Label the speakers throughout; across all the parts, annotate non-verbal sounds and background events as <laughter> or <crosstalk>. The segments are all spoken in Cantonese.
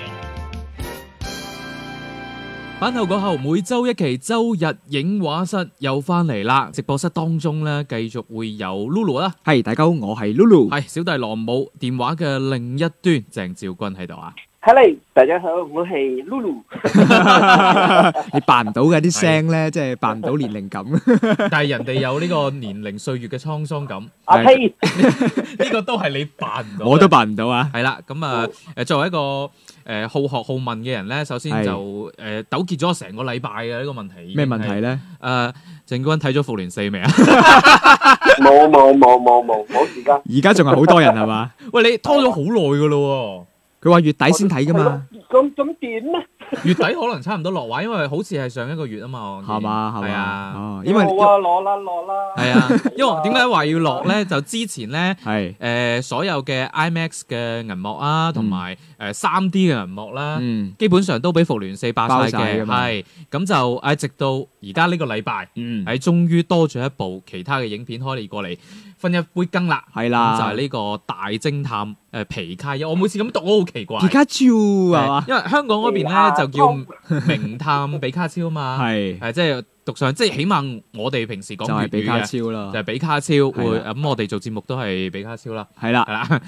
Speaker 1: 影。
Speaker 2: 版頭過後，每周一期周日影畫室又翻嚟啦！直播室當中咧，繼續會有 Lulu 啦，
Speaker 3: 系大家好，我係
Speaker 2: <laughs>
Speaker 3: Lulu。
Speaker 2: 係小弟羅姆電話嘅另一端鄭兆君喺度啊！
Speaker 4: Hello，大家好，我係 Lulu。
Speaker 3: 你扮唔到嘅啲聲咧，即係扮唔到年齡
Speaker 2: <laughs>
Speaker 3: 感。
Speaker 2: 但係人哋有呢個年齡歲月嘅滄桑感，呢、
Speaker 4: 阿呸，
Speaker 2: 個都係你扮唔到嘅。
Speaker 3: 我都扮唔到啊。
Speaker 2: 係啦，咁啊誒，作為一個誒、呃好學好問嘅人咧，首先
Speaker 3: 係
Speaker 2: 就誒、呃、糾結咗成個禮拜嘅呢個問題。
Speaker 3: 咩問題？咧？
Speaker 2: 誒、呃，鄭君睇咗《復聯四》未啊？
Speaker 4: 冇冇冇冇冇冇時間。
Speaker 3: 而家仲係好多人係嘛？
Speaker 2: 喂，你拖咗好耐噶咯喎！
Speaker 3: 佢話月底先睇噶嘛，
Speaker 4: 咁咁點咧？
Speaker 2: 月底可能差唔多落畫，因為好似係上一個月啊嘛，我記得
Speaker 3: 係嘛係
Speaker 2: 係
Speaker 3: 嘛？
Speaker 2: 啊，
Speaker 3: 哦，因為
Speaker 4: 冇啊，攞啦攞啦。
Speaker 2: 係啊，因為點解話要落咧？就之前咧。
Speaker 3: 係
Speaker 2: 誒、所有嘅 IMAX 嘅銀幕啊，同埋誒三 D 嘅銀幕啦、
Speaker 3: 嗯
Speaker 2: 基本上都俾復聯四霸
Speaker 3: 包
Speaker 2: 晒
Speaker 3: 晒
Speaker 2: 嘅，
Speaker 3: 㗎嘛
Speaker 2: 係咁就誒，直到而家呢個禮拜，
Speaker 3: 嗯
Speaker 2: 係終於多咗一部其他嘅影片開嚟過嚟，分一杯羹啦。
Speaker 3: 係
Speaker 2: 咁就
Speaker 3: 啦
Speaker 2: 係。呢個大偵探誒、皮卡丘，我每次咁讀我好奇怪。
Speaker 3: 而家招係嘛？
Speaker 2: 因為香港嗰邊
Speaker 4: 皮卡
Speaker 2: 咧就叫名探比卡超嘛。
Speaker 3: <laughs> 係
Speaker 2: 誒，即係讀上，即係起碼我哋平時講
Speaker 3: 就
Speaker 2: 粵
Speaker 3: 係
Speaker 2: 語
Speaker 3: 比卡
Speaker 2: 嘅，
Speaker 3: 超
Speaker 2: 就
Speaker 3: 啦，
Speaker 2: 係比卡超會
Speaker 3: 係啦
Speaker 2: 咁，我哋做節目都係比卡超啦，
Speaker 3: 係啦
Speaker 2: 係，啦，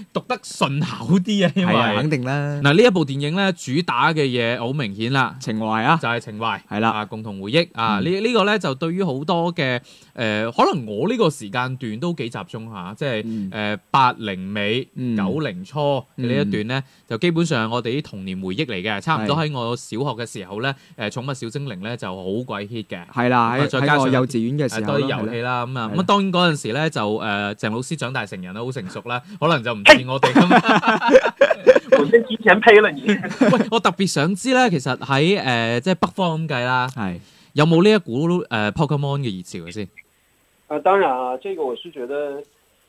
Speaker 2: <laughs> 讀得順口啲啊，因
Speaker 3: 係啊，
Speaker 2: 為
Speaker 3: 肯定啦，
Speaker 2: 嗱呢一部電影咧主打嘅嘢好明顯啦，
Speaker 3: 情懷啊，
Speaker 2: 就係情懷。
Speaker 3: 係啦，
Speaker 2: 啊，共同回憶啊！
Speaker 3: 嗯
Speaker 2: 呢呢個咧就對於好多嘅誒、呃可能我呢個時間段都幾集中下，即係
Speaker 3: 嗯
Speaker 2: 誒八零尾、
Speaker 3: 嗯
Speaker 2: 九零初嘅呢一段咧，就基本上我哋啲童年回憶嚟嘅，差唔多喺我小學嘅時候咧，誒、寵物小精靈》咧就好鬼 hit 嘅。
Speaker 3: 係啦，
Speaker 2: 咁啊
Speaker 3: 喺
Speaker 2: 再加上
Speaker 3: 喺我幼稚園嘅
Speaker 2: 誒
Speaker 3: 時
Speaker 2: 多
Speaker 3: 候
Speaker 2: 啲
Speaker 3: 啦
Speaker 2: 遊戲
Speaker 3: 係啦
Speaker 2: 啦，咁啊
Speaker 3: 係
Speaker 2: 咁
Speaker 3: 啦
Speaker 2: 啊當然嗰陣時咧就誒、呃、鄭老師長大成人啦，好成熟啦，可能就唔似我哋咁。
Speaker 4: 我先提前呸啦你。
Speaker 2: 喂，我特別想知咧，其實喺誒、呃即係北方咁計啦，
Speaker 3: 係
Speaker 2: 有冇呢一股誒、呃 Pokemon 嘅熱潮嘅先？
Speaker 4: <laughs> 啊，當然啊，這個我是覺得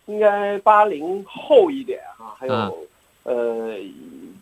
Speaker 4: 應該八零後一點啊，還有、
Speaker 2: 啊
Speaker 4: 呃，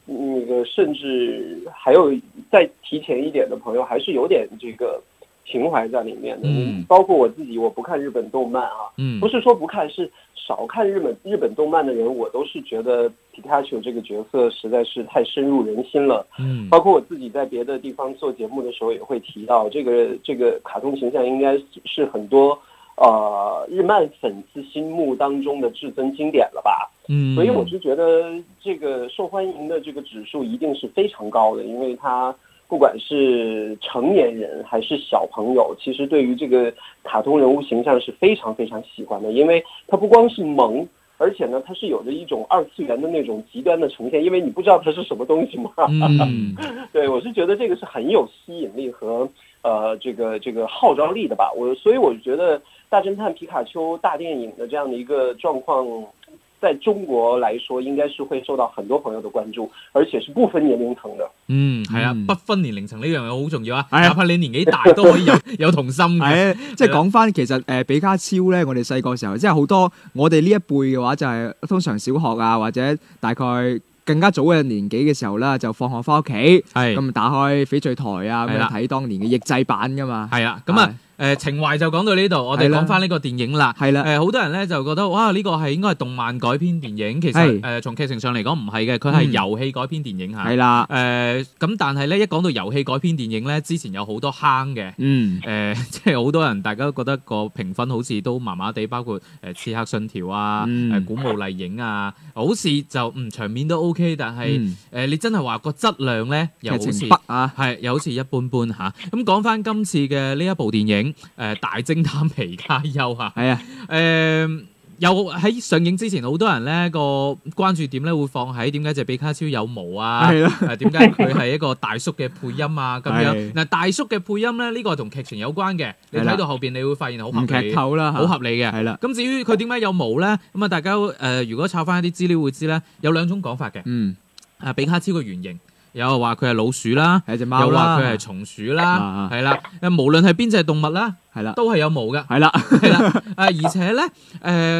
Speaker 4: 那個甚至還有再提前一點的朋友，還是有點這個情懷在裡面的。
Speaker 2: 嗯
Speaker 4: 包括我自己，我不看日本动漫啊，
Speaker 2: 嗯
Speaker 4: 不，是说不看，是少看日本日本动漫的人，我都是觉得皮卡丘这个角色实在是太深入人心了。
Speaker 2: 嗯
Speaker 4: 包括我自己在别的地方做节目的时候，也会提到这个这个卡通形象应该是是很多呃日漫粉丝心目当中的至尊经典了吧。
Speaker 2: 嗯，
Speaker 4: 所以我是觉得这个受欢迎的这个指数一定是非常高的，因为它不管是成年人还是小朋友，其实对于这个卡通人物形象是非常非常喜欢的，因为它不光是萌。而且呢，它是有着一种二次元的那种极端的呈现，因为你不知道它是什么东西嘛。 <laughs>
Speaker 2: 嗯
Speaker 4: 对，我是觉得这个是很有吸引力和呃这个这个号召力的吧。我所以我觉得《大侦探皮卡丘》大电影的这样的一个状况，在中国来说应该是会受到很多朋友的关注，而且是不分年龄层的。
Speaker 2: 嗯，係啊，
Speaker 3: 嗯
Speaker 2: 不分年齡層呢樣嘢好重要啊！
Speaker 3: 係啊
Speaker 2: 哪怕你年紀大都可以有有童心
Speaker 3: <laughs>
Speaker 2: 嘅。
Speaker 3: 係啊即係講翻其實誒比卡超咧，我哋細個時候即係好多我哋呢一輩嘅話，就係通常小學啊或者大概更加早嘅年紀嘅時候啦，就放學翻屋企。
Speaker 2: 係
Speaker 3: 啊咁打開翡翠台啊，咁
Speaker 2: 係啦
Speaker 3: 樣睇當年嘅譯製版噶嘛，
Speaker 2: 係啦，咁啊誒情懷就講到呢度，我哋
Speaker 3: 係啦
Speaker 2: 講翻呢個電影啦。
Speaker 3: 係啦，
Speaker 2: 誒好多人咧就覺得哇呢個係應該係動漫改編電影，其實
Speaker 3: 係
Speaker 2: 誒從劇情上嚟講唔係嘅，佢係
Speaker 3: 嗯
Speaker 2: 遊戲改編電影嚇。
Speaker 3: 係啦，
Speaker 2: 誒咁，但係咧一講到遊戲改編電影咧，之前有好多坑嘅。
Speaker 3: 嗯
Speaker 2: 誒、， <laughs> 即係好多人，大家都覺得個評分好似都麻麻地，包括誒、刺客信條》啊、誒、
Speaker 3: 嗯
Speaker 2: 古墓麗影啊，好似就嗯場面都 OK，但係誒、
Speaker 3: 嗯
Speaker 2: 你真係話個質量咧，又好
Speaker 3: 劇
Speaker 2: 似
Speaker 3: 情北啊，
Speaker 2: 係又好似一般般嚇。咁講翻今次嘅呢一部電影誒、大偵探皮卡丘》啊，
Speaker 3: 係啊，
Speaker 2: 誒、有喺上映之前，好多人咧個關注點咧會放喺點解隻比卡超有毛啊？
Speaker 3: 係啦，
Speaker 2: 誒點解佢係一個大叔嘅配音啊？咁樣
Speaker 3: 係
Speaker 2: 嗱，大叔嘅配音咧，呢、個係同劇情有關嘅。你
Speaker 3: 係啦
Speaker 2: 睇到後邊，你會發現好合
Speaker 3: 唔劇
Speaker 2: 理，
Speaker 3: 透啊啦，
Speaker 2: 好合理啊嘅。
Speaker 3: 係啦，
Speaker 2: 咁至於佢點解有毛咧？咁啊，大家誒、呃如果抄翻一啲資料會知咧，有兩種講法嘅。
Speaker 3: 嗯，
Speaker 2: 啊，比卡超嘅原型有話佢係老鼠啦，
Speaker 1: 係只
Speaker 2: 有
Speaker 1: 貓啦，
Speaker 2: 話佢係松鼠啦
Speaker 1: 啊，
Speaker 2: 係啦，誒無論係邊只動物啦，
Speaker 1: 係啦，
Speaker 2: 都係有毛㗎。
Speaker 1: 係啦，
Speaker 2: 係啦，誒而且
Speaker 1: <laughs>
Speaker 2: 咧，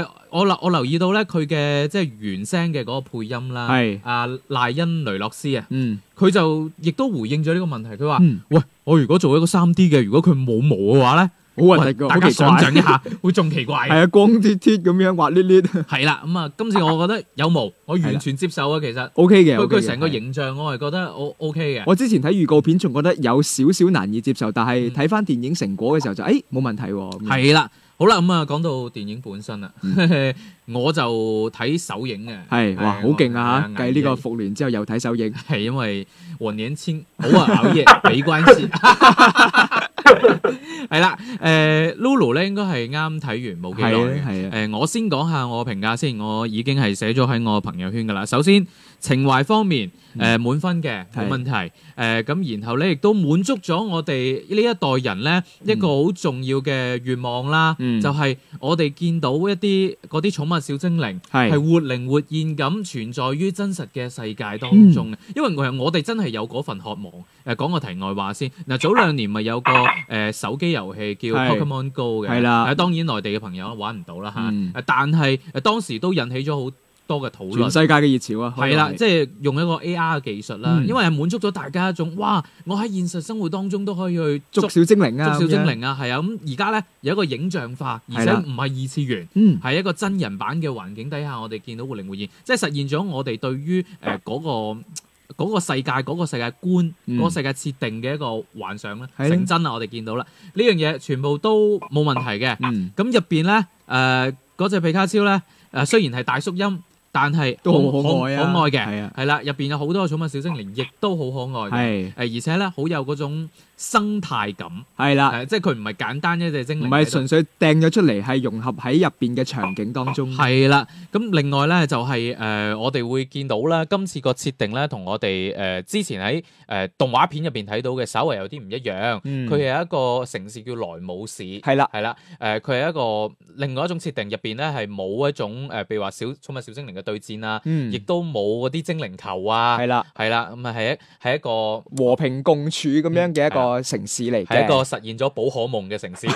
Speaker 2: 誒、我留我留意到咧，佢嘅即係原聲嘅嗰個配音啦，
Speaker 1: 係
Speaker 2: 啊賴恩雷洛斯啊，
Speaker 1: 嗯
Speaker 2: 佢就亦都回應咗呢個問題，佢話：
Speaker 1: 嗯，
Speaker 2: 喂，我如果做一個三 D 嘅，如果佢冇毛嘅話咧，
Speaker 1: 好核突
Speaker 2: 喂
Speaker 1: 㗎，
Speaker 2: 大
Speaker 1: 好
Speaker 2: 家
Speaker 1: 奇怪
Speaker 2: 想，象
Speaker 1: <laughs>
Speaker 2: 一下，會仲奇怪嘅。
Speaker 1: 係啊，光脱脱咁樣滑捋
Speaker 3: <laughs>
Speaker 1: 捋
Speaker 2: 係啦，咁啊，今次我覺得有毛，我完全接受啊。其實
Speaker 1: ，OK 嘅，
Speaker 2: 佢
Speaker 1: OK 嘅
Speaker 2: 佢成個
Speaker 1: 係
Speaker 2: 形象，我係覺得 O O <laughs> K 嘅。
Speaker 1: 我之前睇預告片仲覺得有少少難以接受，但係
Speaker 2: 嗯
Speaker 1: 睇翻電影成果嘅時候就，誒冇問題喎。咁樣
Speaker 2: 係啦，好啦，咁啊，講到電影本身啦， <laughs> 我就睇首映嘅。
Speaker 1: 嗯係，哇，
Speaker 2: 係
Speaker 1: 好勁啊
Speaker 2: 我
Speaker 1: 嚇！繼呢個
Speaker 2: 眼
Speaker 1: 復聯之後又睇首映，
Speaker 2: 係因為我年啊輕，偶爾熬夜
Speaker 1: <laughs>
Speaker 2: 沒關係。 <laughs> 係啦，誒、Lulu 咧應該係啱睇完冇幾
Speaker 1: 係
Speaker 2: 耐嘅。
Speaker 1: 啊係
Speaker 2: 誒、
Speaker 1: 啊，
Speaker 2: 我先講下我評價先，我已經係寫咗喺我朋友圈㗎啦。首先情懷方面，誒、滿分嘅冇
Speaker 1: 嗯係
Speaker 2: 問題。誒、咁然後咧亦都滿足咗我哋呢一代人咧一個好重要嘅願望啦，
Speaker 1: 嗯
Speaker 2: 就係我哋見到一啲嗰啲寵物小精靈。係
Speaker 1: 係
Speaker 2: 活靈活現咁存在於真實嘅世界當中嘅，
Speaker 1: 嗯
Speaker 2: 因為我我哋真係有嗰份渴望。誒、講個題外話先，嗱早兩年咪有個誒、手機遊戲叫
Speaker 1: 啊係
Speaker 2: Pokemon Go 嘅，
Speaker 1: 係啦
Speaker 2: 誒當然內地嘅朋友玩唔到啦嚇，
Speaker 1: 嗯
Speaker 2: 誒但係誒當時都引起咗好多嘅討
Speaker 1: 全
Speaker 2: 論。
Speaker 1: 世界嘅熱潮啊！可以
Speaker 2: 係啦，
Speaker 1: 話係
Speaker 2: 即係用一個 AR 嘅技術啦，
Speaker 1: 嗯
Speaker 2: 因為係滿足咗大家一種，哇！我喺現實生活當中都可以去捉
Speaker 1: 捉小精靈啊，
Speaker 2: 捉小精
Speaker 1: 咁樣，
Speaker 2: 靈啊，係啊，咁而家咧有一個影像化，而
Speaker 1: 係
Speaker 2: 且
Speaker 1: 啦
Speaker 2: 唔係二次元。
Speaker 1: 嗯，
Speaker 2: 喺一個真人版嘅環境底下，我哋見到活靈活現，即係實現咗我哋對於誒嗰個。嗰個世界、嗰、個世界觀、嗰、
Speaker 1: 嗯
Speaker 2: 個世界設定嘅一個幻想咧，
Speaker 1: 係啊
Speaker 2: 成真啦！我哋見到啦，呢樣嘢全部都冇問題嘅。
Speaker 1: 嗯，
Speaker 2: 咁入邊咧，誒嗰只皮卡超咧，誒、雖然係大叔音，但係
Speaker 1: 都好可愛啊，
Speaker 2: 可愛嘅，
Speaker 1: 係啊，
Speaker 2: 係啦。入邊有好多寵物小精靈，亦都好可愛嘅。
Speaker 1: 係
Speaker 2: 誒而且咧，好有嗰種生態感，
Speaker 1: 係
Speaker 2: 誒、
Speaker 1: 啦，
Speaker 2: 即係佢唔係簡單一隻精靈
Speaker 1: 唔
Speaker 2: 喺度，
Speaker 1: 係純粹掟咗出嚟，係融合喺入邊嘅場景當中，
Speaker 2: 係啦，咁另外咧就係、呃我哋會見到啦，今次個設定咧同我哋誒、呃之前喺誒、呃、動畫片入邊睇到嘅稍為有啲唔一樣。
Speaker 1: 嗯
Speaker 2: 佢係一個城市叫萊姆市，
Speaker 1: 係啦，
Speaker 2: 係啦，誒佢係一個另外一種設定，入邊咧係冇一種誒，呃譬如話小寵物小精靈嘅對戰啊，
Speaker 1: 嗯
Speaker 2: 亦，都冇嗰啲精靈球啊，
Speaker 1: 係啦，
Speaker 2: 係啦，咁啊係一係一個
Speaker 1: 和平共處咁樣嘅一個城市嚟嘅，
Speaker 2: 嗯係一個實現咗寶可夢嘅城市，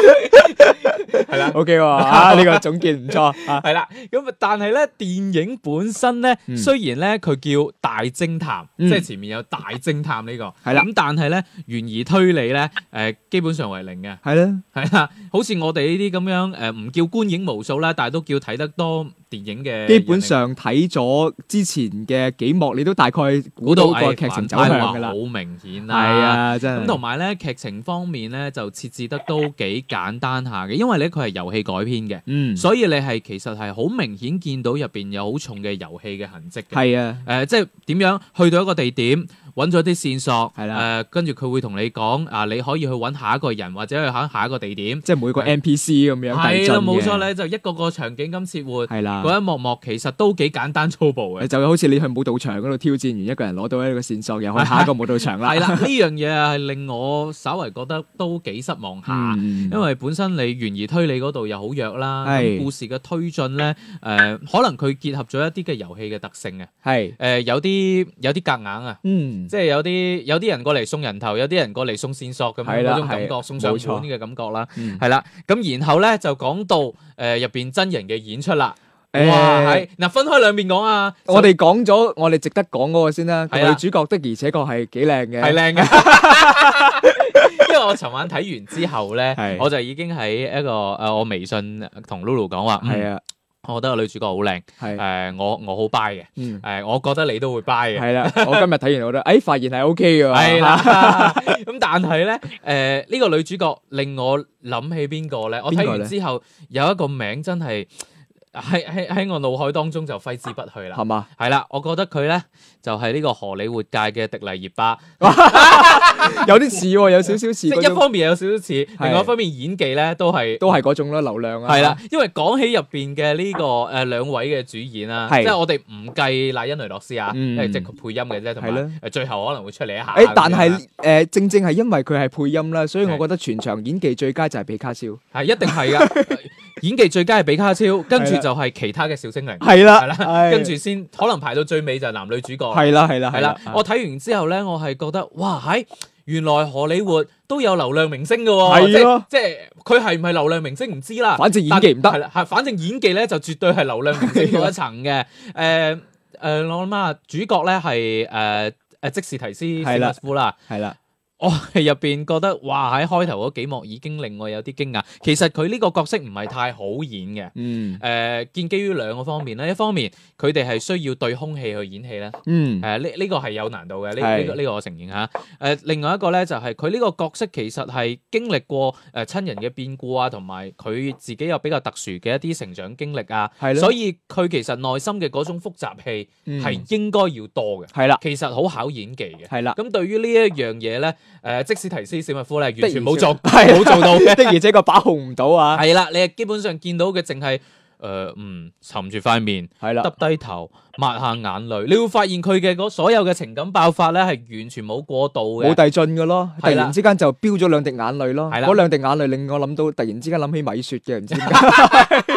Speaker 2: 係啦。
Speaker 1: <laughs> OK
Speaker 2: <laughs>
Speaker 1: 喎，啊呢個總結唔錯 <laughs> 啊，
Speaker 2: 系啦，咁啊但系咧，電影本身咧，
Speaker 1: 嗯
Speaker 2: 雖然咧佢叫大偵探，
Speaker 1: 嗯
Speaker 2: 即係前面有大偵探呢、個，
Speaker 1: 係啦
Speaker 2: 咁但係咧，懸疑推理咧，誒、基本上為零嘅，
Speaker 1: 係啦，
Speaker 2: 係啦，好似我哋呢啲咁樣誒，唔、叫觀影無數啦，但係都叫睇得多電影嘅人嚟，
Speaker 1: 基本上睇咗之前嘅幾幕，你都大概估
Speaker 2: 估到
Speaker 1: 到個
Speaker 2: 哎
Speaker 1: 劇情走
Speaker 2: 反
Speaker 1: 向
Speaker 2: 派話
Speaker 1: 㗎啦
Speaker 2: 好，明顯
Speaker 1: 係
Speaker 2: 啦，。
Speaker 1: 啊，真
Speaker 2: 咁
Speaker 1: 係
Speaker 2: 同埋咧，劇情方面咧就設置得都幾簡單下嘅，因為咧佢係遊戲改編嘅，
Speaker 1: 嗯，
Speaker 2: 所以你係其實係好明顯見到入邊有好重嘅遊戲嘅痕跡嘅。
Speaker 1: 係啊
Speaker 2: 誒、，呃即係點樣去到一個地點，揾咗啲線索，
Speaker 1: 係
Speaker 2: 誒、
Speaker 1: 啦
Speaker 2: 跟住佢會同你講啊，你可以去揾下一個人，或者去揾下一個地點。
Speaker 1: 即係每個 NPC 咁樣遞
Speaker 2: 係啦，
Speaker 1: 進嘅啊
Speaker 2: 冇錯，咧，就一個個場景咁切換，
Speaker 1: 係啦。
Speaker 2: 嗰一幕幕其實都幾簡單粗暴
Speaker 1: <laughs>
Speaker 2: 嘅。
Speaker 1: 就好似你去舞蹈場嗰度挑戰完一個人攞到一個線索，又去下一個舞蹈場啦。
Speaker 2: 係啦，呢樣嘢係令我稍為覺得都幾失望下。
Speaker 1: 嗯，嗯
Speaker 2: 因為本身你懸疑推理嗰度又好弱啦，
Speaker 1: 係
Speaker 2: 咁故事嘅推進咧，誒、呃可能佢結合咗一啲嘅遊戲嘅特性嘅，誒、呃
Speaker 1: 係
Speaker 2: 有啲有啲夾硬啊，
Speaker 1: 嗯
Speaker 2: 即係有啲有啲人過嚟送人頭，有啲人過嚟送線索咁樣
Speaker 1: 係啦
Speaker 2: 嗰種感覺，
Speaker 1: 係
Speaker 2: 送上門
Speaker 1: 冇錯
Speaker 2: 嘅感覺啦，
Speaker 1: 嗯
Speaker 2: 係啦。咁然後咧就講到誒入邊真人嘅演出啦，哇！
Speaker 1: 誒
Speaker 2: 係嗱分開兩邊講啊，
Speaker 1: 我哋講咗我哋值得講嗰個先啦。個
Speaker 2: 係啦
Speaker 1: 女主角的而且確係幾靚嘅，
Speaker 2: 係靚嘅。
Speaker 1: <laughs>
Speaker 2: 因為我尋晚睇完之後咧
Speaker 1: 係，
Speaker 2: 我就已經喺一個誒、呃我微信同 Lulu 講話，
Speaker 1: 係
Speaker 2: 啊，
Speaker 1: 啊，
Speaker 2: 我覺得個女主角好靚，誒、呃
Speaker 1: 係
Speaker 2: 我我好 buy 嘅，誒、呃
Speaker 1: 嗯
Speaker 2: 我覺得你都會 buy 嘅，
Speaker 1: 係啦。我今日睇 <laughs> 完我覺得，誒發現係 OK 嘅喎，
Speaker 2: 系啦， <laughs> 咁但係咧，诶、呢、個女主角令我諗起邊個咧？我睇
Speaker 1: 邊個
Speaker 2: 完
Speaker 1: 呢
Speaker 2: 之後有一個名真係喺喺喺我腦海當中就揮之不去啦
Speaker 1: 係。嘛？
Speaker 2: 係啦，我覺得佢咧就係呢個荷里活界嘅迪麗熱巴，
Speaker 1: 有啲似喎，有少
Speaker 2: <laughs>
Speaker 1: 少似
Speaker 2: 即
Speaker 1: 嗰
Speaker 2: 係一
Speaker 1: 種，
Speaker 2: 方面有少少似，另外一方面演技咧都係
Speaker 1: 都係嗰種啦，流量啊。
Speaker 2: 係啦，。因為講起入邊嘅呢個誒兩位嘅主演啦，即
Speaker 1: 係
Speaker 2: 係我哋唔計賴恩雷洛斯啊，
Speaker 1: 嗯
Speaker 2: 因為即係佢配音嘅啫，同
Speaker 1: 係啦
Speaker 2: 埋誒最後可能會出嚟一下咁樣啊
Speaker 1: 誒
Speaker 2: 啦。，
Speaker 1: 但係誒，正正係因為佢係配音啦，所以我
Speaker 2: 係啊
Speaker 1: 覺得全場演技最佳就係比卡超。 <laughs>
Speaker 2: 係一定係噶，演技最佳係比卡超，跟住就係其他嘅小精靈，
Speaker 1: 係啦
Speaker 2: 係啦，
Speaker 1: 係
Speaker 2: 跟住先可能排到最尾就係男女主角，
Speaker 1: 係啦係啦
Speaker 2: 係
Speaker 1: 係
Speaker 2: 啦
Speaker 1: 啦，。
Speaker 2: 我睇完之後咧，我係覺得哇，喺原來荷里活都有流量明星嘅喎，即
Speaker 1: 係咯
Speaker 2: 係即係佢係唔係流量明星唔知啦，
Speaker 1: 反正演技唔得
Speaker 2: 但
Speaker 1: 啊
Speaker 2: 係啦，係反正演技咧就絕對係流量明星嗰一層嘅。誒誒，我諗啊，主角咧係誒誒即時提斯
Speaker 1: 係
Speaker 2: 史
Speaker 1: 啦
Speaker 2: 密夫啦。
Speaker 1: 係啦，
Speaker 2: 我係入邊覺得，哇！喺開頭嗰幾幕已經令我有啲驚訝。其實佢呢個角色唔係太好演嘅。誒、
Speaker 1: 嗯
Speaker 2: 建基於兩個方面咧，一方面佢哋係需要對空氣去演戲咧， <laughs> 誒
Speaker 1: 嗯，
Speaker 2: 呢呢個係有難度嘅，呢呢、
Speaker 1: 係
Speaker 2: 個呢、個我承認嚇。誒、另外一個咧就係佢呢個角色其實係經歷過誒親人嘅變故啊，同埋佢自己有比較特殊嘅一啲成長經歷啊，
Speaker 1: 係咯
Speaker 2: 所以佢其實內心嘅嗰種複雜氣
Speaker 1: 嗯
Speaker 2: 係應該要多嘅，
Speaker 1: 係啦
Speaker 2: 其實好考演技嘅。
Speaker 1: 係啦。
Speaker 2: 咁對於呢一樣嘢咧，誒、即使提斯史密夫咧，完全冇做，
Speaker 1: 係啊
Speaker 2: 冇做到嘅。
Speaker 1: <laughs> 的而且確把控唔到啊，
Speaker 2: 係啦，你係基本上見到嘅淨係誒，呃嗯，沉住塊面，
Speaker 1: 係啦
Speaker 2: 耷，低頭，抹下眼淚，你會發現佢嘅嗰所有嘅情感爆發咧，係完全冇過度嘅。
Speaker 1: 冇遞進嘅咯，突
Speaker 2: 係啦
Speaker 1: 然之間就飆咗兩滴眼淚咯，
Speaker 2: 係啦
Speaker 1: 嗰兩滴眼淚令我諗到，突然之間諗起米雪嘅，唔知
Speaker 2: <laughs>
Speaker 1: 點解。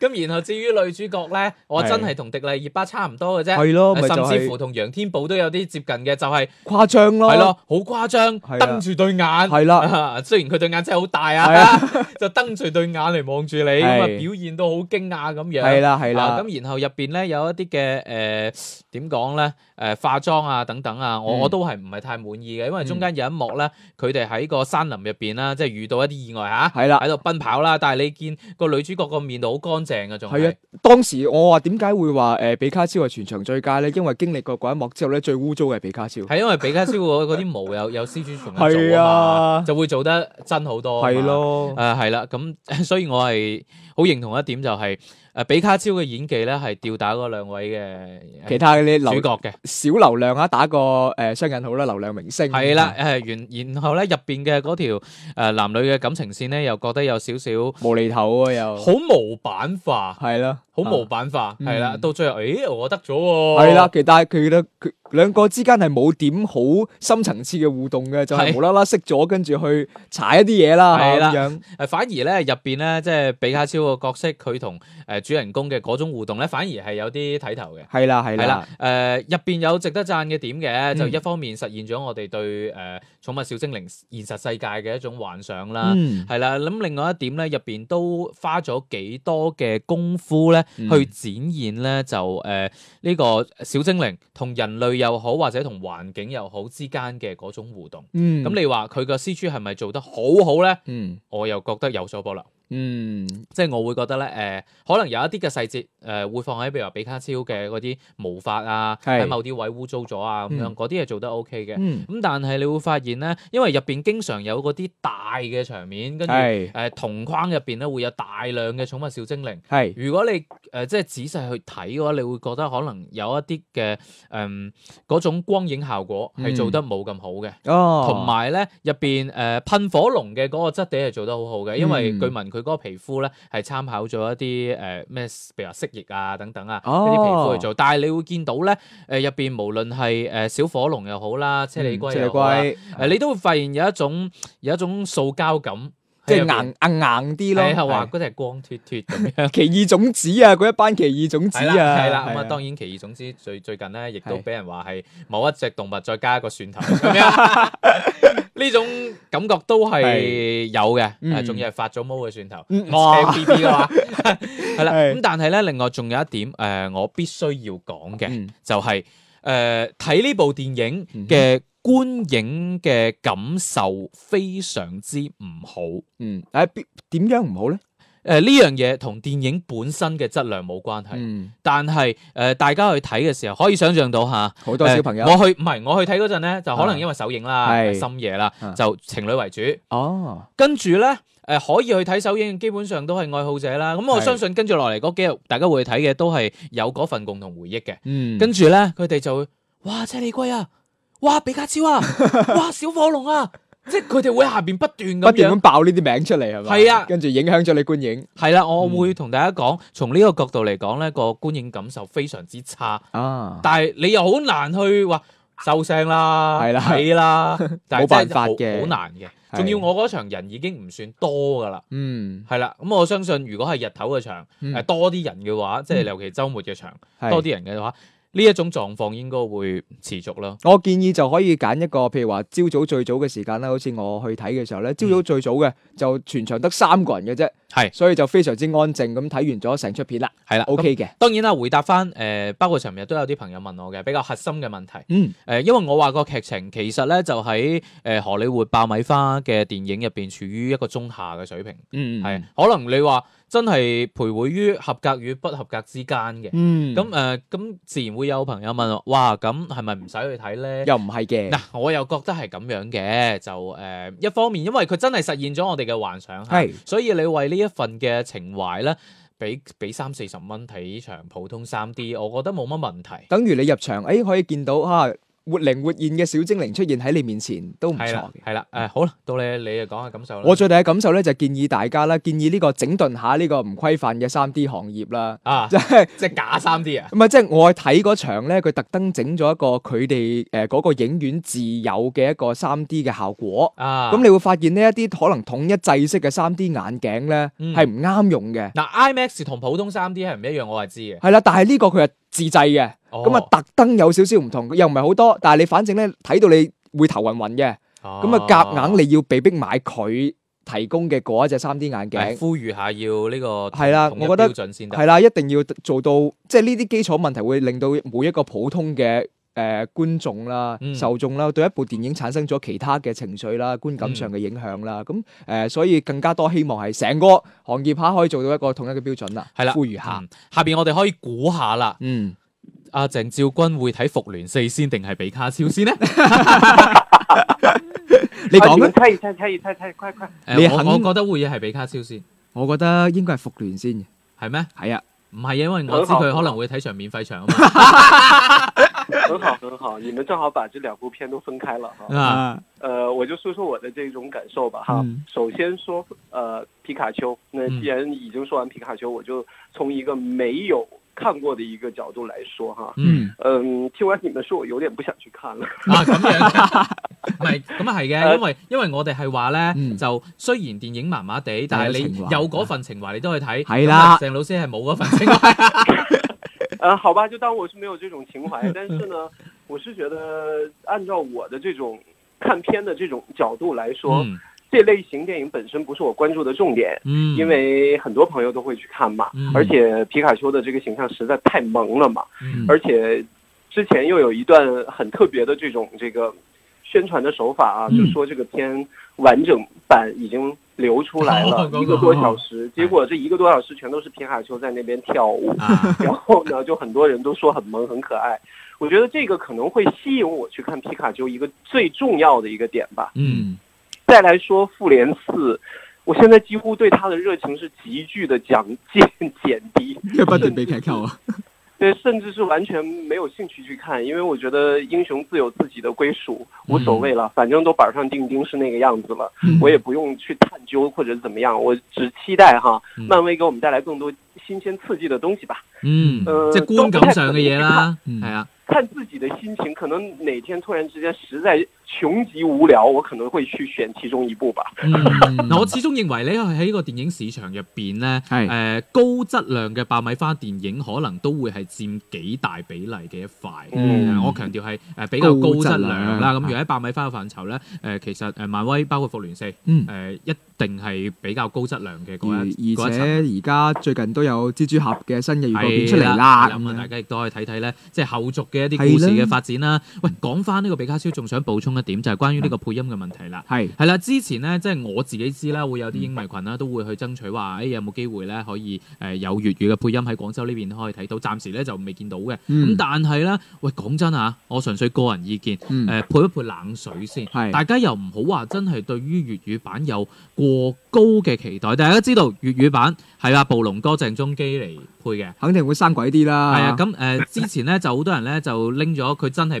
Speaker 2: 咁然後至於女主角咧，我
Speaker 1: 係
Speaker 2: 真係同迪麗熱巴差唔多嘅啫，呃
Speaker 1: 係咯，咪就
Speaker 2: 甚至乎
Speaker 1: 係
Speaker 2: 同楊天寶都有啲接近嘅，就係
Speaker 1: 誇張咯，
Speaker 2: 係咯，，好誇張，
Speaker 1: 係啊
Speaker 2: 瞪住對眼。
Speaker 1: 係啦，
Speaker 2: 啊， <laughs> 雖然佢對眼真係好大
Speaker 1: 係
Speaker 2: 啊， <laughs> 就瞪住對眼嚟望住你，咁啊
Speaker 1: 係
Speaker 2: 表現到好驚訝咁樣。
Speaker 1: 係啦，係
Speaker 2: 啊
Speaker 1: 啦，
Speaker 2: 咁然後入邊咧有一啲嘅誒點講咧誒化妝啊等等啊，我、
Speaker 1: 嗯
Speaker 2: 我都係唔係太滿意嘅，因為中間有一幕咧，佢哋喺個山林入邊啦，即係遇到一啲意外嚇，
Speaker 1: 係啦
Speaker 2: 喺度奔跑啦，但係你見個女主角個面度好乾淨嘅仲
Speaker 1: 係啊，當時我話點解會話誒比卡超係啊全場最佳咧？因為經歷過嗰一幕之後咧，最污糟嘅係比卡超。
Speaker 2: 係因為比卡超嗰嗰啲毛有有蜘蛛蟲喺度
Speaker 1: 係
Speaker 2: 啊
Speaker 1: 啊
Speaker 2: 嘛，就會做得真好多啊嘛。
Speaker 1: 係咯，
Speaker 2: 誒係啦，咁 <laughs> 所以我係好認同一點就係、誒比卡超嘅演技咧係吊打嗰兩位嘅
Speaker 1: <laughs>
Speaker 2: 呃
Speaker 1: 其他嘅啲
Speaker 2: 主
Speaker 1: 流
Speaker 2: 角嘅。
Speaker 1: 小流量啊，打個誒雙引號啦，流量明星
Speaker 2: 係啦，，誒 <laughs> 然然後咧入邊嘅嗰條誒男女嘅感情線咧，又覺得有少少
Speaker 1: 無厘頭啊又
Speaker 2: 好模板化，
Speaker 1: 係啦，
Speaker 2: 好模板化，
Speaker 1: 嗯
Speaker 2: 係啦，到最後，咦，我得咗喎，
Speaker 1: 係啦，，其但係佢咧，佢兩個之間係冇點好深層次嘅互動嘅，就係
Speaker 2: 係
Speaker 1: 無啦啦識咗，跟住去踩一啲嘢啦，
Speaker 2: 係啦
Speaker 1: 咁樣
Speaker 2: 誒呃反而咧入邊咧，即係比卡超個角色，佢同誒主人公嘅嗰種互動咧，反而係有啲睇頭嘅。
Speaker 1: 係啦係
Speaker 2: 係啦
Speaker 1: 啦，，
Speaker 2: 誒入邊有值得讚嘅點嘅，就
Speaker 1: 嗯
Speaker 2: 一方面實現咗我哋對誒寵物小精靈現實世界嘅一種幻想啦，
Speaker 1: 嗯
Speaker 2: 係啦，咁另外一點咧，入邊都花咗幾多嘅功夫咧，
Speaker 1: 嗯
Speaker 2: 去展現咧就誒呢、個小精靈同人類又好，或者同環境又好之間嘅嗰種互動。
Speaker 1: 嗯
Speaker 2: 咁、你話佢個 C G 係咪做得好好咧？
Speaker 1: 嗯
Speaker 2: 我又覺得有所保留，
Speaker 1: 嗯
Speaker 2: 即係我會覺得咧，誒、可能有一啲嘅細節，誒、呃會放喺譬如話比卡超嘅嗰啲毛髮啊，
Speaker 1: 係
Speaker 2: 喺某啲位污糟咗啊，咁樣
Speaker 1: 嗯
Speaker 2: 嗰啲係做得 O K 嘅。
Speaker 1: 嗯
Speaker 2: 咁但係你會發現咧，因為入邊經常有嗰啲大嘅場面，跟住
Speaker 1: 係
Speaker 2: 誒同框入邊咧會有大量嘅寵物小精靈。
Speaker 1: 係
Speaker 2: 如果你誒、呃即係仔細去睇嘅話，你會覺得可能有一啲嘅誒嗰種光影效果
Speaker 1: 嗯
Speaker 2: 係做得冇咁好嘅。
Speaker 1: 哦，
Speaker 2: 同埋咧，入邊誒噴火龍嘅嗰個質地係做得好好嘅，因為
Speaker 1: 嗯
Speaker 2: 據聞佢嗰個皮膚咧係參考咗一啲誒咩，譬如話蜥蜴啊等等啊，一
Speaker 1: 哦
Speaker 2: 啲皮膚去做。但係你會見到咧，誒入邊無論係誒小火龍又好啦，車厘龜
Speaker 1: 嗯車
Speaker 2: 又
Speaker 1: 厘
Speaker 2: 好啦，
Speaker 1: 龜
Speaker 2: 誒你都會發現有一種有一種塑膠感，
Speaker 1: 即係
Speaker 2: 喺入邊
Speaker 1: 硬。硬硬啲咯，
Speaker 2: 係係話
Speaker 1: 係
Speaker 2: 嗰隻光脱脱咁樣，
Speaker 1: 奇異種子啊，嗰一班奇異種子
Speaker 2: 係
Speaker 1: 啊，
Speaker 2: 啦係啦，咁啊
Speaker 1: 係
Speaker 2: 當然奇異種子最最近咧，亦都
Speaker 1: 係
Speaker 2: 俾人話係某一隻動物再加一個蒜頭咁樣，
Speaker 1: <laughs>
Speaker 2: 呢種感覺都係
Speaker 1: 係
Speaker 2: 有嘅，啊
Speaker 1: 嗯
Speaker 2: 誒仲要係發咗毛嘅蒜頭，
Speaker 1: 嗯
Speaker 2: 哇
Speaker 1: 哇
Speaker 2: B B 嘅
Speaker 1: <laughs>
Speaker 2: 話，係啦，
Speaker 1: 係
Speaker 2: 咁但係咧，另外仲有一點誒，我必須要講嘅
Speaker 1: 嗯
Speaker 2: 就係誒睇呢部電影嘅觀影嘅感受非常之唔好。呃
Speaker 1: 嗯，誒邊點樣唔好咧？
Speaker 2: 誒呢樣嘢同電影本身嘅質量冇關係，
Speaker 1: 嗯，
Speaker 2: 但係誒、呃大家去睇嘅時候，可以想象到嚇，
Speaker 1: 好多小朋友
Speaker 2: 呃我去唔係我去睇嗰陣咧，就可能
Speaker 1: 啊
Speaker 2: 因為首映啦、
Speaker 1: 係
Speaker 2: 深夜啦
Speaker 1: 啊，
Speaker 2: 就情侶為主。
Speaker 1: 哦，
Speaker 2: 跟住咧，誒、可以去睇首映，基本上都係愛好者啦。咁我
Speaker 1: 係
Speaker 2: 相信跟住落嚟嗰幾日，大家會睇嘅都係有嗰份共同回憶嘅。
Speaker 1: 嗯，
Speaker 2: 跟住咧，佢哋就會哇車厘龜啊，哇比卡超
Speaker 1: <laughs>
Speaker 2: 啊，哇小火龍啊，即係佢哋會喺下邊不斷
Speaker 1: 不
Speaker 2: 咁
Speaker 1: 斷
Speaker 2: 樣
Speaker 1: 咁爆呢啲名出嚟係嘛？
Speaker 2: 係啊
Speaker 1: 跟住影響咗你觀影
Speaker 2: 係啦，我
Speaker 1: 嗯
Speaker 2: 會同大家講，從呢個角度嚟講咧，個觀影感受非常之差，
Speaker 1: 啊，
Speaker 2: 但係你又好難去話收聲啦，
Speaker 1: 係啦
Speaker 2: 睇啦，但係
Speaker 1: 冇辦
Speaker 2: 真
Speaker 1: <laughs>
Speaker 2: 係
Speaker 1: 法
Speaker 2: 好
Speaker 1: 嘅
Speaker 2: 好難嘅。
Speaker 1: 係
Speaker 2: 仲要我嗰場人已經唔算多㗎啦。
Speaker 1: 嗯
Speaker 2: 係啦，咁我相信如果係日頭嘅場，誒、
Speaker 1: 嗯
Speaker 2: 多啲人嘅話，即係尤其週末嘅場，
Speaker 1: 係
Speaker 2: 多啲人嘅話，呢一種狀況應該會持續咯。
Speaker 1: 我建議就可以揀一個，譬如話朝早最早嘅時間啦，好似我去睇嘅時候咧，朝早最早嘅就全場得三個人嘅啫，
Speaker 2: 嗯係
Speaker 1: 所以就非常之安靜咁睇完咗成出片啦
Speaker 2: 係啦
Speaker 1: ，OK 嘅，
Speaker 2: 當然啦，回答翻誒、呃包括尋日都有啲朋友問我嘅比較核心嘅問題。
Speaker 1: 嗯，
Speaker 2: 誒、因為我話個劇情其實咧就喺誒、呃荷里活爆米花嘅電影入邊處於一個中下嘅水平，
Speaker 1: 嗯
Speaker 2: 係、，啊可能你話真係徘徊於合格與不合格之間嘅。
Speaker 1: 嗯，
Speaker 2: 咁誒，呃咁、自然會有朋友問我，哇，咁係咪唔使去睇
Speaker 1: <laughs>
Speaker 2: 咧？
Speaker 1: 又唔係嘅，
Speaker 2: 呃嗱，我又覺得係咁樣嘅，就誒、呃一方面，因為佢真係實現咗我哋嘅幻想，啊
Speaker 1: 係
Speaker 2: 所以你為呢一份嘅情懷咧，俾俾三四十蚊睇場普通三 D，我覺得冇乜問題。
Speaker 1: 等於你入場，誒可以見到嚇活靈活現嘅小精靈出現喺你面前，都唔
Speaker 2: 係啦
Speaker 1: 錯嘅，。嗯
Speaker 2: 係啦，誒、呃好啦，到你你就講下感受啦。
Speaker 1: 我最大嘅感受咧就建議大家啦，建議呢個整頓下呢個唔規範嘅三 D 行業啦，
Speaker 2: 啊
Speaker 1: <laughs> 即，係。
Speaker 2: 即係假三 D 啊，
Speaker 1: 唔係，即係我睇嗰場咧，佢特登整咗一個佢哋誒嗰個影院自有嘅一個三 D 嘅效果。
Speaker 2: 啊，
Speaker 1: 咁、你會發現呢一啲可能統一制式嘅三 D 眼鏡咧
Speaker 2: 嗯
Speaker 1: 係唔啱用嘅，
Speaker 2: 嗱 IMAX 同普通三 D 係唔一樣，我係知嘅。
Speaker 1: 係啦。但係呢個佢係自製嘅，
Speaker 2: 哦
Speaker 1: 咁啊、特登有少少唔同，又唔係好多，但係你反正咧睇到你會頭暈暈嘅，咁
Speaker 3: 哦
Speaker 1: 啊夾硬你要被逼買佢提供嘅嗰一隻三 D 眼
Speaker 2: 係
Speaker 1: 鏡。
Speaker 2: 呼籲下要呢個
Speaker 1: 係啦
Speaker 2: 同一
Speaker 1: 我覺得
Speaker 2: 標準先得。
Speaker 1: 係啦，一定要做到，即係呢啲基礎問題會令到每一個普通嘅誒、呃、觀眾啦、
Speaker 2: 嗯
Speaker 1: 受眾啦，對一部電影產生咗其他嘅情緒啦、觀感上嘅影響
Speaker 2: 嗯
Speaker 1: 啦。咁誒、呃所以更加多希望係成個行業下可以做到一個統一嘅標準啦。
Speaker 2: 係啦
Speaker 1: 呼籲下，
Speaker 2: 嗯下邊我哋可以估下啦。
Speaker 1: 嗯，
Speaker 2: 阿鄭照君會睇《復聯四》先定係比卡超
Speaker 1: <laughs>
Speaker 2: 先呢？
Speaker 1: 你
Speaker 4: 啊
Speaker 1: 講
Speaker 4: 你
Speaker 1: 啦
Speaker 4: 们，猜一猜，猜一猜，猜快快！
Speaker 2: 誒
Speaker 1: 你
Speaker 2: 我
Speaker 1: 肯
Speaker 2: 我覺得會係比卡超先，
Speaker 1: 我覺得應該係復聯先嘅，
Speaker 2: 係咩？
Speaker 1: 係啊，
Speaker 2: 唔係，因為我知佢可能會睇場免費場啊
Speaker 1: <laughs>
Speaker 4: 很好很好，你们正好把这两部片都分开了哈。
Speaker 2: 嘛。啊，
Speaker 4: 呃，我就说说我的这种感受吧哈。
Speaker 1: 嗯
Speaker 4: 首先说呃皮卡丘，那既然已经说完皮卡丘，我就从一个没有看过的一个角度来说哈。
Speaker 2: 嗯，
Speaker 4: 嗯，听完你们说，我有点不想去看了。 <laughs>
Speaker 2: 啊咁樣，唔係咁啊係嘅，因為因為我哋係話咧，
Speaker 1: 嗯
Speaker 2: 就雖然電影麻麻地，但係
Speaker 1: 有
Speaker 2: 你
Speaker 1: 情懷
Speaker 2: 有嗰份情懷，你都去睇。
Speaker 1: 係啦
Speaker 2: 咁啊鄭老師係冇嗰份情
Speaker 3: <laughs>
Speaker 2: 懷。
Speaker 4: 呃，好吧，就当我是没有这种情怀。但是呢，我是觉得按照我的这种看片的这种角度来说，
Speaker 2: 嗯
Speaker 4: 这类型电影本身不是我关注的重点。
Speaker 2: 嗯，
Speaker 4: 因为很多朋友都会去看嘛，
Speaker 2: 嗯
Speaker 4: 而且皮卡丘的这个形象实在太萌了嘛，
Speaker 2: 嗯
Speaker 4: 而且之前又有一段很特别的这种这个宣传的手法啊，
Speaker 2: 嗯
Speaker 4: 就说这个片完整版已经流出
Speaker 2: <laughs>
Speaker 4: 来了一个
Speaker 2: 哦
Speaker 4: 多小
Speaker 2: 哎
Speaker 4: 时，结果这一个多小时全都是皮卡丘在那边跳舞，
Speaker 2: 啊，
Speaker 4: <laughs> 然后呢，就很多人都说很萌很可爱，我觉得这个可能会吸引我去看皮卡丘一个最重要的一个点吧。
Speaker 2: 嗯
Speaker 4: 再来说复联四，我现在几乎对他的热情是急剧的降 <laughs> 减减低，
Speaker 2: 嗯
Speaker 3: 因為不斷被劇透啊！
Speaker 4: 对，甚至是完全没有兴趣去看，因为我觉得英雄自有自己的归属，无所谓了，反正都板上钉钉是那个样子了，我也不用去探究或者怎么样，我只期待哈，
Speaker 2: 嗯
Speaker 4: 漫威给我们带来更多新鲜刺激的东西吧。
Speaker 2: 嗯，
Speaker 4: 呃
Speaker 2: 即係觀感上嘅嘢啦，係啊，
Speaker 4: 看自己的心情，可能哪天突然之间实在穷极无聊，我可能会去选其中一部吧。
Speaker 2: 嗯 <laughs> 嗱，我始終認為咧喺個電影市場入邊咧，誒、
Speaker 3: 係
Speaker 2: 高質量嘅爆米花電影可能都會係佔幾大比例嘅一塊。
Speaker 4: 嗯
Speaker 2: 呃我強調係誒比較高質
Speaker 3: 高質
Speaker 2: 量啦。
Speaker 3: 量啊
Speaker 2: 咁如果喺爆米花嘅範疇咧，誒、其實誒漫威包括復聯四，誒、
Speaker 3: 嗯
Speaker 2: 一定係比較高質量嘅
Speaker 3: 而
Speaker 2: 嗰一嗰
Speaker 3: 而
Speaker 2: 一層。
Speaker 3: 且而家最近都有蜘蛛俠嘅新嘅預告片出
Speaker 2: 係
Speaker 3: 嚟啦，咁
Speaker 2: 咁啊，大
Speaker 3: 樣
Speaker 2: 家亦都可以睇睇咧，即係後續嘅一啲故事
Speaker 3: 係啦
Speaker 2: 嘅發展啦。喂，講翻呢個比卡超，仲想補充一點就係、關於呢個配音嘅問題啦。
Speaker 3: 係
Speaker 2: 係啦，之前咧即係我自己知啦，會有啲影迷群啦，都會去爭取話，誒、哎有冇機會咧可以誒、呃有粵語嘅配音喺廣州呢邊可以睇到，暫時咧就未見到嘅。咁、
Speaker 3: 嗯
Speaker 2: 但係咧，喂講真啊，我純粹個人意見，誒、呃
Speaker 3: 嗯
Speaker 2: 潑一潑冷水先，
Speaker 3: 係
Speaker 2: 大家又唔好話真係對於粵語版有過高嘅期待。大家知道粵語版係啊，暴龍哥鄭中基嚟配嘅。
Speaker 3: 肯定會生鬼啲啦。
Speaker 2: 係啊，咁誒、呃之前咧就好多人咧就拎咗佢真係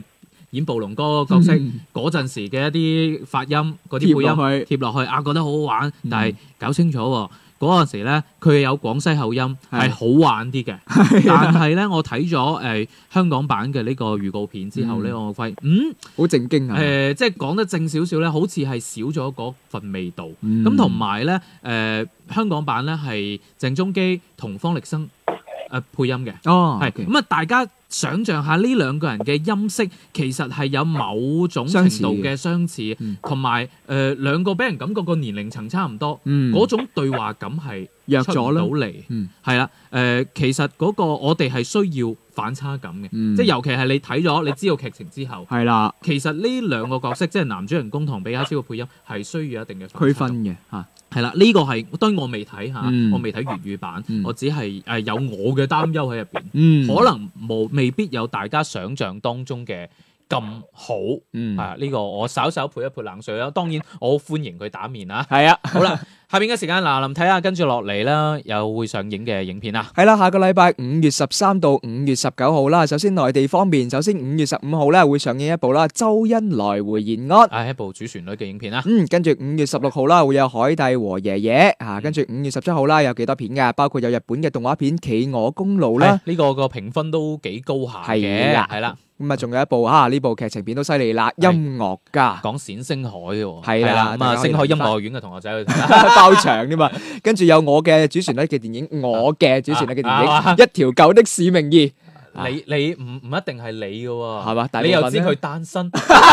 Speaker 2: 演暴龍哥個角色
Speaker 3: 嗯
Speaker 2: 嗰陣時嘅一啲發音嗰啲
Speaker 3: 貼 <laughs>
Speaker 2: 配
Speaker 3: 落
Speaker 2: 音
Speaker 3: 去
Speaker 2: 嗯貼落去啊，覺得好好玩，但係搞清楚喎、嗰陣時咧，佢有廣西口音
Speaker 3: 係
Speaker 2: 係好玩啲嘅。但 <laughs> 係啊咧，我睇咗誒香港版嘅呢個預告片之後咧，我發現嗯
Speaker 3: 好正經
Speaker 2: 誒、
Speaker 3: 啊。
Speaker 2: 即係講得正少少咧，好似係少咗嗰份味道。
Speaker 3: 嗯
Speaker 2: 咁同埋咧，誒、香港版咧係鄭中基同方力申誒、配音嘅。
Speaker 3: 哦，
Speaker 2: 係
Speaker 3: OK
Speaker 2: 咁啊！大家想象下呢兩個人嘅音色，其實係有某種程度嘅相似
Speaker 3: 嗯，
Speaker 2: 同埋誒兩個俾人感覺個年齡層差唔多，
Speaker 3: 嗯，
Speaker 2: 嗰、種對話感係
Speaker 3: 弱
Speaker 2: 出唔
Speaker 3: 咗
Speaker 2: 到
Speaker 3: 啦。
Speaker 2: 嚟
Speaker 3: 嗯。
Speaker 2: 係啦，誒其實嗰個我哋係需要反差感嘅，
Speaker 3: 嗯
Speaker 2: 即係尤其係你睇咗你知道劇情之後，
Speaker 3: 係啦，
Speaker 2: 其實呢兩個角色即係男主人公同比卡超嘅配音係需要一定嘅
Speaker 3: 區
Speaker 2: 反差感
Speaker 3: 分嘅嚇。
Speaker 2: 係啦，呢、個係當然我未睇嚇，
Speaker 3: 嗯
Speaker 2: 我未睇粵語版，
Speaker 3: 嗯
Speaker 2: 我只係誒、呃有我嘅擔憂喺入邊。
Speaker 3: 嗯，
Speaker 2: 可能冇未必有大家想象當中嘅咁好、
Speaker 3: 嗯
Speaker 2: 啊！呢、個我稍稍潑一潑冷水啦。當然，我好歡迎佢打面啊！ <laughs>
Speaker 1: 系啊，
Speaker 2: 好啦，下面嘅時間嗱，林睇下跟住落嚟啦，有會上映嘅影片啊。
Speaker 1: 系啦，下個禮拜五月十三到五月十九號啦。首先內地方面，首先五月十五號咧會上映一部啦《周恩來回延安》。
Speaker 2: 啊，一部主旋律嘅影片啊。
Speaker 1: 嗯，跟住五月十六號啦，會有《海蒂和爺爺》啊，跟住五月十七號啦，有幾多片㗎？包括有日本嘅動畫片《企鵝公路》
Speaker 2: 好
Speaker 1: 啦，
Speaker 2: 呢、個個評分都幾高下嘅，
Speaker 1: 係啦
Speaker 2: 係啦，
Speaker 1: 咁啊，仲有一部啊，呢部劇情片都犀利啦，《
Speaker 2: 係
Speaker 1: 音樂家 <laughs>
Speaker 2: 講冼星海嘅喎，
Speaker 1: 係啦
Speaker 2: 咁啊，
Speaker 1: 大家可以
Speaker 2: 星海音
Speaker 1: 留意
Speaker 2: 樂學院嘅同學仔
Speaker 1: <laughs>
Speaker 2: 去睇》啦，
Speaker 1: 包場添嘛，跟住有我嘅主旋律嘅電影，我嘅主旋律嘅電影
Speaker 2: 啊啊
Speaker 1: 《一條狗的使命二》，啊
Speaker 2: 你你唔唔一定係你嘅喎，
Speaker 1: 係嘛大
Speaker 2: 你
Speaker 1: 部
Speaker 2: 又
Speaker 1: 分
Speaker 2: 知
Speaker 1: 呢
Speaker 2: 佢單
Speaker 1: <laughs>
Speaker 2: 身， <laughs>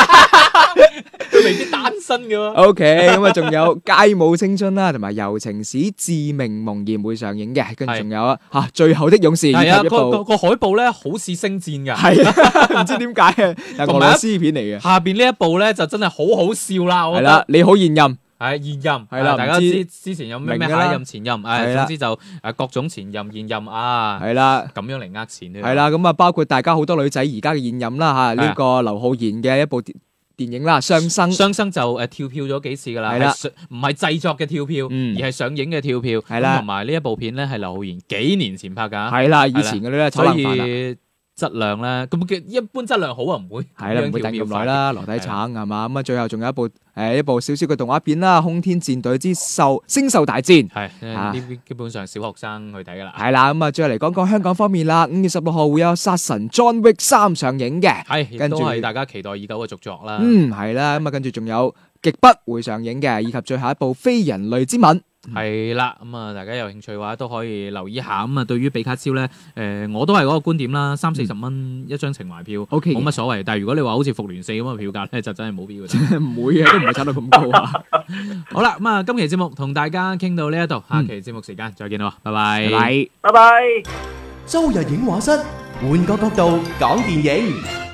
Speaker 2: 佢未必單身嘅喎。
Speaker 1: O K，咁啊，仲有《街舞青春》啦，同埋《柔情史致命夢魇》會上映嘅，跟住仲有啊，吓《最後的勇士》以
Speaker 2: 係啊，
Speaker 1: 及一
Speaker 2: 個個
Speaker 1: 部
Speaker 2: 個海報咧好似星戰㗎。
Speaker 1: <laughs> 系啊，唔知點解啊，但
Speaker 2: 同
Speaker 1: 俄
Speaker 2: 埋一
Speaker 1: 羅斯片嚟嘅，
Speaker 2: 下邊呢一部咧就真係好好笑啦，我
Speaker 1: 係
Speaker 2: 覺
Speaker 1: 啦
Speaker 2: 得，。
Speaker 1: 你好現任，
Speaker 2: 係現任，
Speaker 1: 係啦
Speaker 2: 啊大家
Speaker 1: 唔
Speaker 2: 知
Speaker 1: 知
Speaker 2: 之前有咩咩
Speaker 1: 明㗎啦
Speaker 2: 下任前任，
Speaker 1: 係
Speaker 2: 誒
Speaker 1: 啦
Speaker 2: 總之就誒各種前任現任啊，
Speaker 1: 係啦。
Speaker 2: 咁樣嚟呃錢
Speaker 1: 系
Speaker 2: 咧。
Speaker 1: 啦，咁啊，包括大家好多女仔而家嘅現任啦吓，
Speaker 2: 係啊
Speaker 1: 呢個劉浩然嘅一部電電影啦，《雙生》
Speaker 2: 雙生就誒跳票咗幾次㗎啦，
Speaker 1: 係啦
Speaker 2: 係上唔係製作嘅跳票，
Speaker 1: 嗯
Speaker 2: 而係上映嘅跳票。
Speaker 1: 係啦
Speaker 2: 咁同埋呢一部片咧係劉浩然幾年前拍㗎，
Speaker 1: 係啦，以前嗰啲咧炒
Speaker 2: 啊所
Speaker 1: 冷飯啦，
Speaker 2: 以質量咧咁嘅一般質量好啊，唔會
Speaker 1: 係啦，唔
Speaker 2: 咁樣
Speaker 1: 會等
Speaker 2: 跳
Speaker 1: 咁
Speaker 2: 票法。
Speaker 1: 耐啦，羅底橙係嘛，咁啊，最後仲有一部诶一部少少嘅動畫片啦，《空天戰隊之獸星獸大戰》。
Speaker 2: 係呢
Speaker 1: 啊
Speaker 2: 啲基本上小學生去睇㗎啦。
Speaker 1: 系啦，咁啊，再嚟講講香港方面啦，五月十六號會有《殺神 John Wick 三》上映嘅，
Speaker 2: 系，亦
Speaker 1: 跟
Speaker 2: 都
Speaker 1: 住
Speaker 2: 係大家期待已久嘅續作啦。
Speaker 1: 嗯，係啦，咁啊，跟住仲有《極北》會上映嘅，以及最後一部《非人類之吻》。
Speaker 2: 係啦，咁啊，大家有興趣嘅話都可以留意下。咁啊，對於比卡超咧，诶，我都係嗰個觀點啦，三四
Speaker 1: 嗯
Speaker 2: 十蚊一張情懷票
Speaker 1: O K，
Speaker 2: 冇乜所謂。但係如果你話好似復聯四咁嘅票價咧，就真係冇必要。
Speaker 1: <laughs> 唔會嘅，都唔會炒到咁高
Speaker 2: <laughs>
Speaker 1: 啊！
Speaker 2: 好啦，咁啊，今期節目同大家傾到呢一度，下
Speaker 1: 嗯
Speaker 2: 期節目時間再見啦，拜拜。
Speaker 4: 拜拜。
Speaker 5: 周日影畫室，換個角度講電影。